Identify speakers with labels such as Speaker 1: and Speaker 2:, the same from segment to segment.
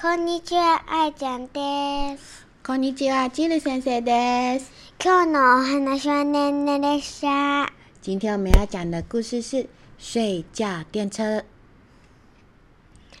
Speaker 1: こんにちは、あいちゃんです。
Speaker 2: こんにちは、ジル先生です。
Speaker 1: 今日のお話はねんね列車。
Speaker 2: 今天我们要讲的故事是睡觉电车。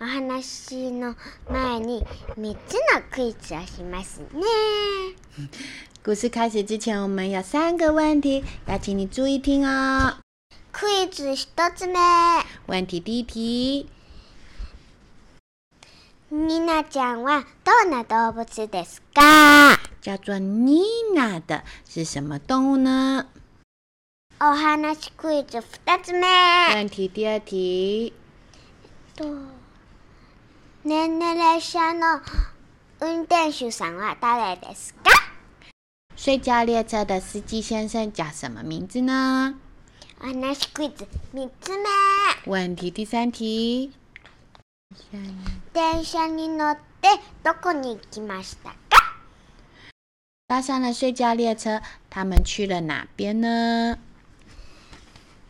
Speaker 1: お話の前に3つのクイズをしますね。
Speaker 2: 故事开始之前，我们有三个问题，要请你注意听哦。
Speaker 1: クイズ1つ目。
Speaker 2: 问题第一题，
Speaker 1: ニナちゃんはどんな動物ですか
Speaker 2: 叫做妮娜的是什么动物呢？
Speaker 1: お話クイズ2つ目。
Speaker 2: 问题第二题，
Speaker 1: とねんね列車の運転手さんは誰ですか
Speaker 2: 睡觉列车的司机先生叫什么名字呢？
Speaker 1: お話クイズ3つ目。
Speaker 2: 问题第三题，
Speaker 1: 電車に乗ってどこに行きましたか
Speaker 2: 搭上了睡觉列车，他们去了哪边呢？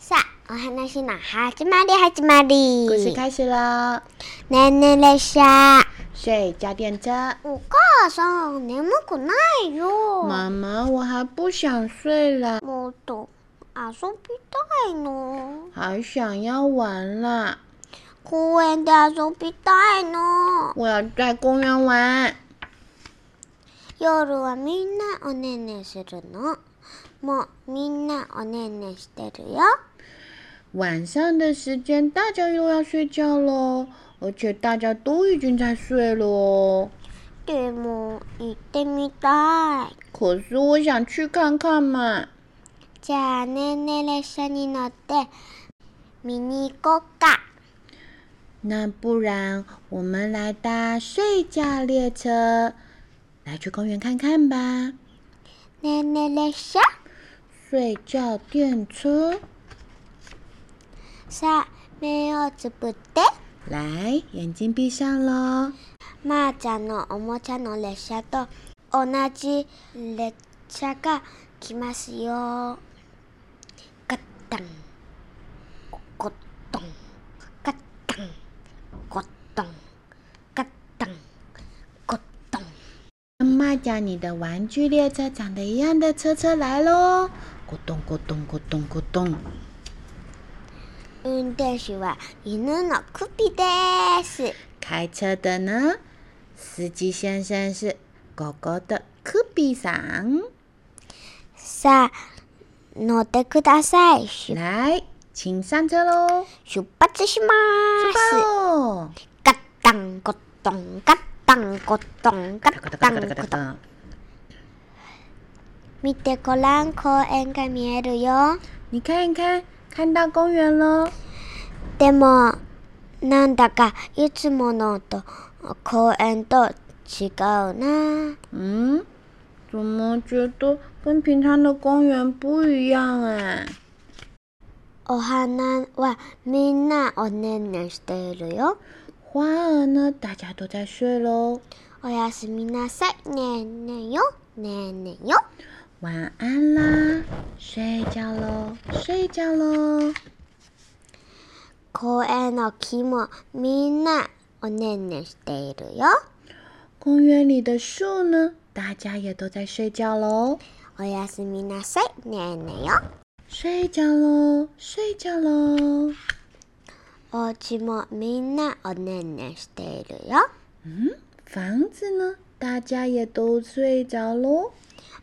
Speaker 1: さあお話の始まり始まり
Speaker 2: 故事开始喽！
Speaker 1: ねんね列車
Speaker 2: 睡觉电车，
Speaker 1: お母さん眠くないよ
Speaker 2: 妈妈，我还不想睡了，
Speaker 1: もっと遊びたいの
Speaker 2: 好想要玩啦！
Speaker 1: 公園で遊びたいの
Speaker 2: 我要在公园玩。
Speaker 1: 夜はみんなおねんねするのもうみんなおねんねしてるよ
Speaker 2: 晚上的时间，大家又要睡觉喽，而且大家都已经在睡了哦。
Speaker 1: でも行ってみたい
Speaker 2: 可是我想去看看嘛。
Speaker 1: じゃあねんね列車に乗って見に行こうか
Speaker 2: 那不然我们来搭睡觉列车，来去公园看看吧。
Speaker 1: ねんね列車
Speaker 2: 睡觉电车，
Speaker 1: さあ目をつぶって
Speaker 2: 来，眼睛闭上喽。
Speaker 1: まー、ちゃんのおもちゃの列車と同じ列車が来ますよガッタンゴッタンガッタンゴッタンガッタンゴッタン
Speaker 2: 妈妈讲你的玩具列车长得一样的车车来喽，咕咚咕咚咕咚咕咚。
Speaker 1: 運転手は犬のクピです
Speaker 2: 开车的呢，司机先生是狗狗的科比桑。
Speaker 1: さあ乗ってくださいしゅ
Speaker 2: 来，请上车喽！
Speaker 1: 出発しまーす
Speaker 2: 哦，
Speaker 1: ガッタンゴッタンガッタンゴッタンガ
Speaker 2: 哒
Speaker 1: ッ
Speaker 2: 哒
Speaker 1: タ
Speaker 2: 哒
Speaker 1: ン
Speaker 2: 哒哒
Speaker 1: ゴ
Speaker 2: 哒
Speaker 1: ッタン
Speaker 2: 哒。
Speaker 1: 見てごらん公園が見えるよ
Speaker 2: 你看一看，看到公园喽！
Speaker 1: でもなんだかいつものと公園と違うな
Speaker 2: 嗯，怎么觉得跟平常的公园不一样啊？
Speaker 1: お花はみんなおねんねしているよ
Speaker 2: 花儿呢？大家都在睡喽。
Speaker 1: おやすみなさいねんねんよねんねんよ
Speaker 2: 晚安啦，睡觉喽，睡觉喽。
Speaker 1: 公園の木もみんなおねんねしているよ
Speaker 2: 公园里的树呢，大家也都在睡觉喽，
Speaker 1: おやすみなさいねんねんよ
Speaker 2: 睡觉喽，睡觉喽。
Speaker 1: お家もみんなおねんねしているよ。
Speaker 2: 嗯，房子呢，大家也都睡着喽，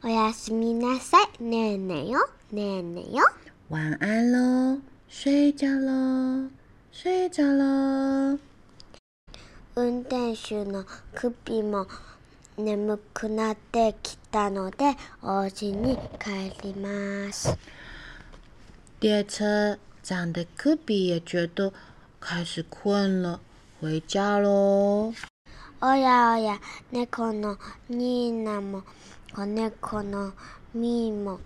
Speaker 1: おやすみなさい。ねんねんよ。ねんねんよ。
Speaker 2: 晚安喽，睡觉喽，睡着喽。
Speaker 1: 運転手のクピも眠くなってきたので、お家に帰ります。
Speaker 2: 列车长得科比也觉得开始困了，回家喽。
Speaker 1: おやおや、猫のニーナも、子猫のミーも、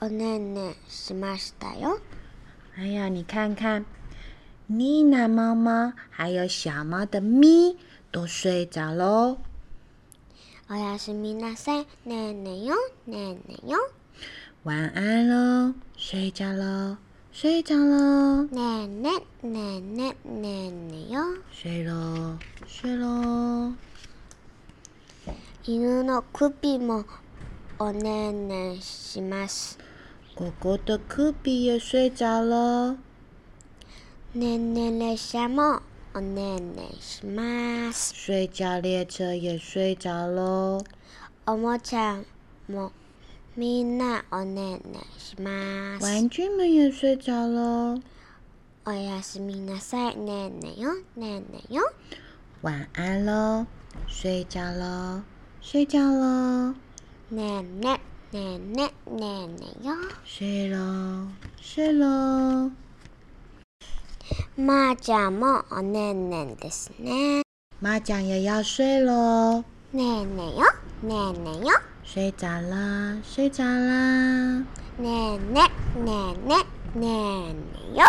Speaker 1: おねんねしましたよ。
Speaker 2: 哎呀，你看看，妮娜猫猫还有小猫的咪都睡着喽。
Speaker 1: おやすみなさい、ねんねよ、ねんねよ、
Speaker 2: 晚安喽，睡觉喽，睡着喽，
Speaker 1: ねんね、ねんね、ねんねよ。
Speaker 2: 睡喽，睡喽。
Speaker 1: 犬の首も、おねんねします。
Speaker 2: 狗狗的科比也睡着了，
Speaker 1: ねんね列車も、おねんねします。
Speaker 2: 睡觉列车也睡着喽。
Speaker 1: おもちゃも、みんなおねんねします。
Speaker 2: 玩具们也睡着喽，
Speaker 1: おやすみなさい。ねんねよ、ねんねよ。
Speaker 2: 晚安喽，睡觉喽，睡觉喽，
Speaker 1: ねんね、ねんね、ねんねよ。
Speaker 2: 睡喽，睡喽。
Speaker 1: まー、ちゃんもおねんねんですね。
Speaker 2: 麻将也要睡喽，
Speaker 1: ねんねよ、ねんねよ。
Speaker 2: 睡着啦，睡着啦，
Speaker 1: ねんね、ねんね、ねんねよ。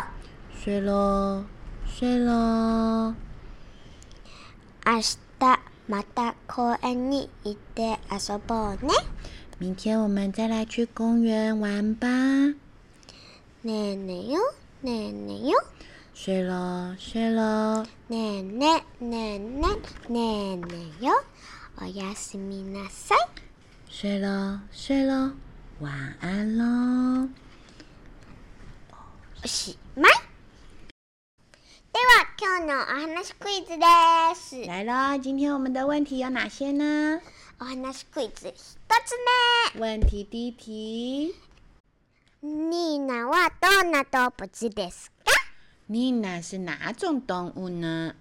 Speaker 2: 睡喽，睡喽。
Speaker 1: 明日また公園に行って遊ぼうね。
Speaker 2: 明天我们再来去公园玩吧。
Speaker 1: ねんねよ、ねんねよ。
Speaker 2: 睡喽，睡喽。
Speaker 1: ねんね、ねんね、ねんねよ。おやすみなさい。
Speaker 2: 睡喽，睡喽，晚安喽。
Speaker 1: おしまいでは今日のお話クイズです
Speaker 2: 来喽，今天我们的问题有哪些呢？
Speaker 1: お話クイズ一つ
Speaker 2: 问题第一题，
Speaker 1: 目ニーナはどんな動物ですか
Speaker 2: 妮娜是哪种动物呢？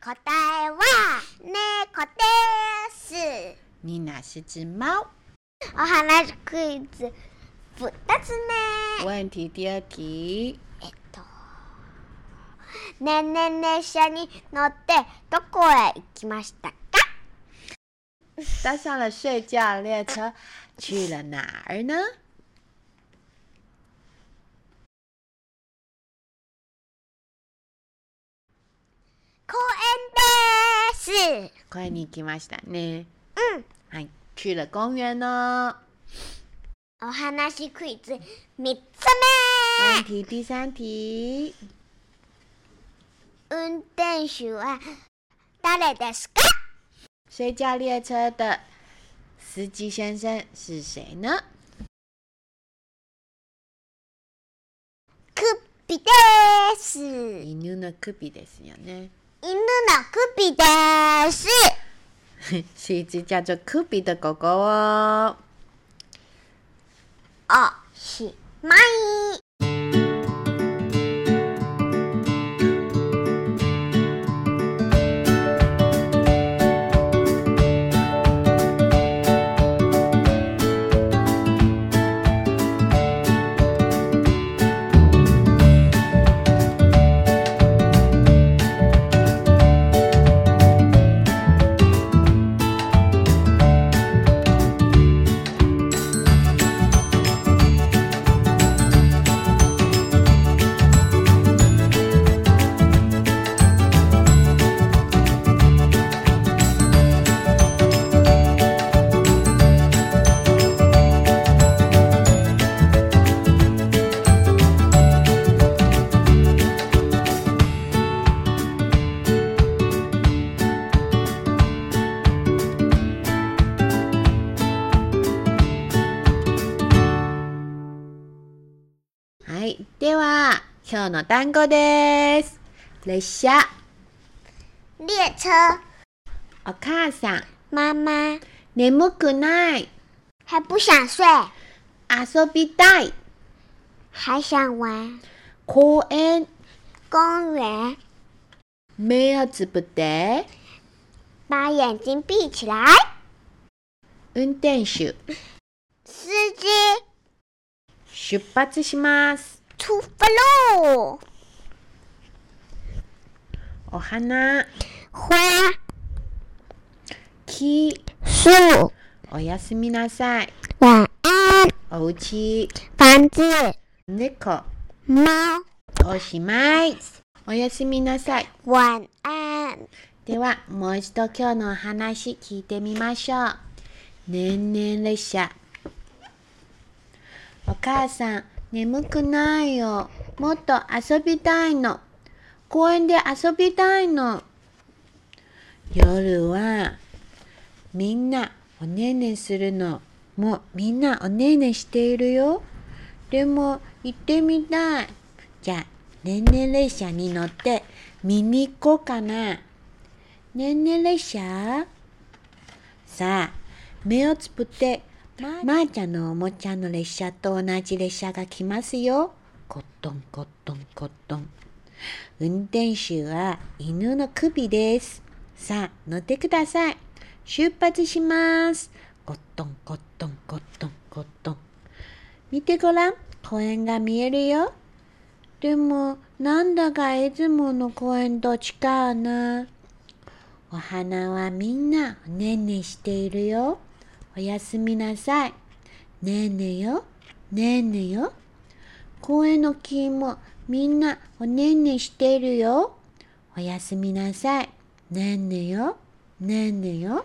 Speaker 1: 答えは猫です
Speaker 2: 妮娜是只猫。
Speaker 1: お話クイズ二つ目
Speaker 2: 问题第二题，
Speaker 1: えっとねんねん列車に乗ってどこへ行きましたか
Speaker 2: 搭上了睡觉列车，去了哪儿呢？
Speaker 1: 公園です
Speaker 2: 公園に行きましたね。
Speaker 1: うん
Speaker 2: はい、去了公园呢。
Speaker 1: お話クイズ3つ目
Speaker 2: 问题第三题，
Speaker 1: 運転手は誰ですか
Speaker 2: 睡觉列车的司机先生是谁呢？
Speaker 1: クッピです
Speaker 2: 犬
Speaker 1: 犬の
Speaker 2: の首ですよね。
Speaker 1: クッピです
Speaker 2: 是一只叫做科比的狗狗哦。
Speaker 1: おしまい
Speaker 2: はい、では今日の単語です。列車、
Speaker 1: 列車
Speaker 2: お母さん、
Speaker 1: ママ
Speaker 2: 眠くない、
Speaker 1: 还不想睡
Speaker 2: 遊びたい、
Speaker 1: 还想玩
Speaker 2: 公園、
Speaker 1: 公园
Speaker 2: 目要つぶって、
Speaker 1: 把眼睛闭起来
Speaker 2: 運転手、
Speaker 1: 司机
Speaker 2: 出発します。
Speaker 1: 出发喽！
Speaker 2: お花、
Speaker 1: 花、
Speaker 2: 木、
Speaker 1: 树，
Speaker 2: おやすみなさい。
Speaker 1: 晚安，
Speaker 2: おうち、
Speaker 1: 房子，
Speaker 2: 猫、
Speaker 1: 猫，
Speaker 2: おしまい。おやすみなさい。
Speaker 1: 晚安。
Speaker 2: では、もう一度今日のお話聞いてみましょう。年々列車。お母さん、眠くないよ。もっと遊びたいの。公園で遊びたいの。夜は、みんなおねんねするの。もうみんなおねんねしているよ。でも行ってみたい。じゃあ、ねんね列車に乗って見に行こうかな。ねんね列車さあ、目をつぶって、まー、ちゃんのおもちゃの列車と同じ列車が来ますよ。コットンコットンコットン。運転手は犬の首です。さあ、乗ってください。出発します。コットンコットンコットンコットン。見てごらん、公園が見えるよ。でも、なんだかいつもの公園と違うな。お花はみんなおねんねしているよ。おやすみなさい。ねんねよ、ねんねよ。公園の木もみんなおねんねしているよ。おやすみなさい。ねんねよ、ねんねよ。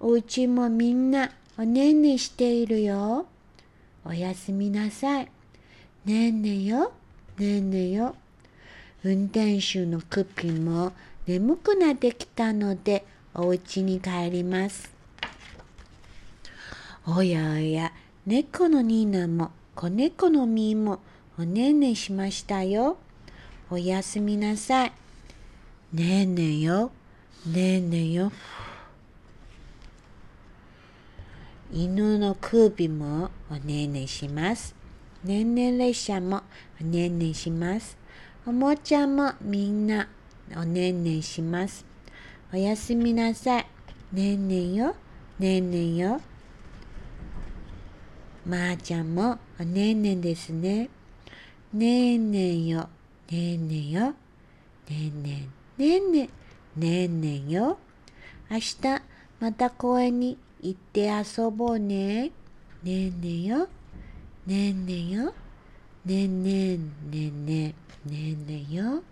Speaker 2: お家もみんなおねんねしているよ。おやすみなさい。ねんねよ、ねんねよ。運転手のクッキーも眠くなってきたのでお家に帰ります。おやおや、猫のニーナも子猫のミーもおねんねしましたよ。おやすみなさい。ねんねよ、ねんねよ。犬の首もおねんねします。ねんね列車もおねんねします。おもちゃもみんなおねんねします。おやすみなさい。ねんねんよ、ねんねんよ。まー、ちゃんもおねんねんですね。ねんねんよ、ねんねんよ。ねんねん、ねんねん、ねんねんよ。明日また公園に行って遊ぼうね。ねんねんよ。ねんねんよ。ねんねんねんねんねんねんよ。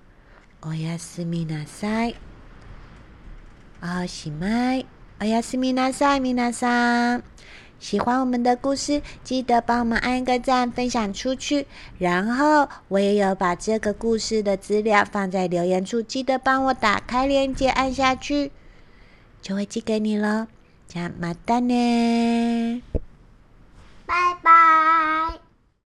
Speaker 2: おやすみなさい。おしまい。おやすみなさい，皆さん。喜欢我们的故事，记得帮我们按个赞，分享出去。然后我也有把这个故事的资料放在留言处，记得帮我打开链接按下去，就会寄给你喽。じゃあまたね。